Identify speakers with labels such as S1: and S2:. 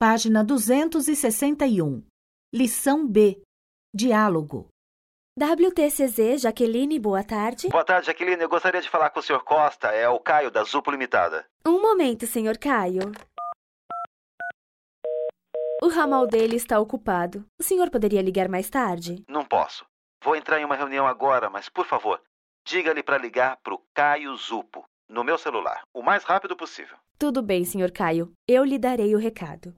S1: Página 261. Lição B. Diálogo.
S2: WTCZ, Jaqueline, boa tarde.
S3: Boa tarde, Jaqueline. Eu gostaria de falar com o Sr. Costa. É o Caio da Zupo Limitada.
S2: Um momento, senhor Caio. O ramal dele está ocupado. O senhor poderia ligar mais tarde?
S3: Não posso. Vou entrar em uma reunião agora, mas por favor, diga-lhe para ligar pro Caio Zupo no meu celular, o mais rápido possível.
S2: Tudo bem, senhor Caio. Eu lhe darei o recado.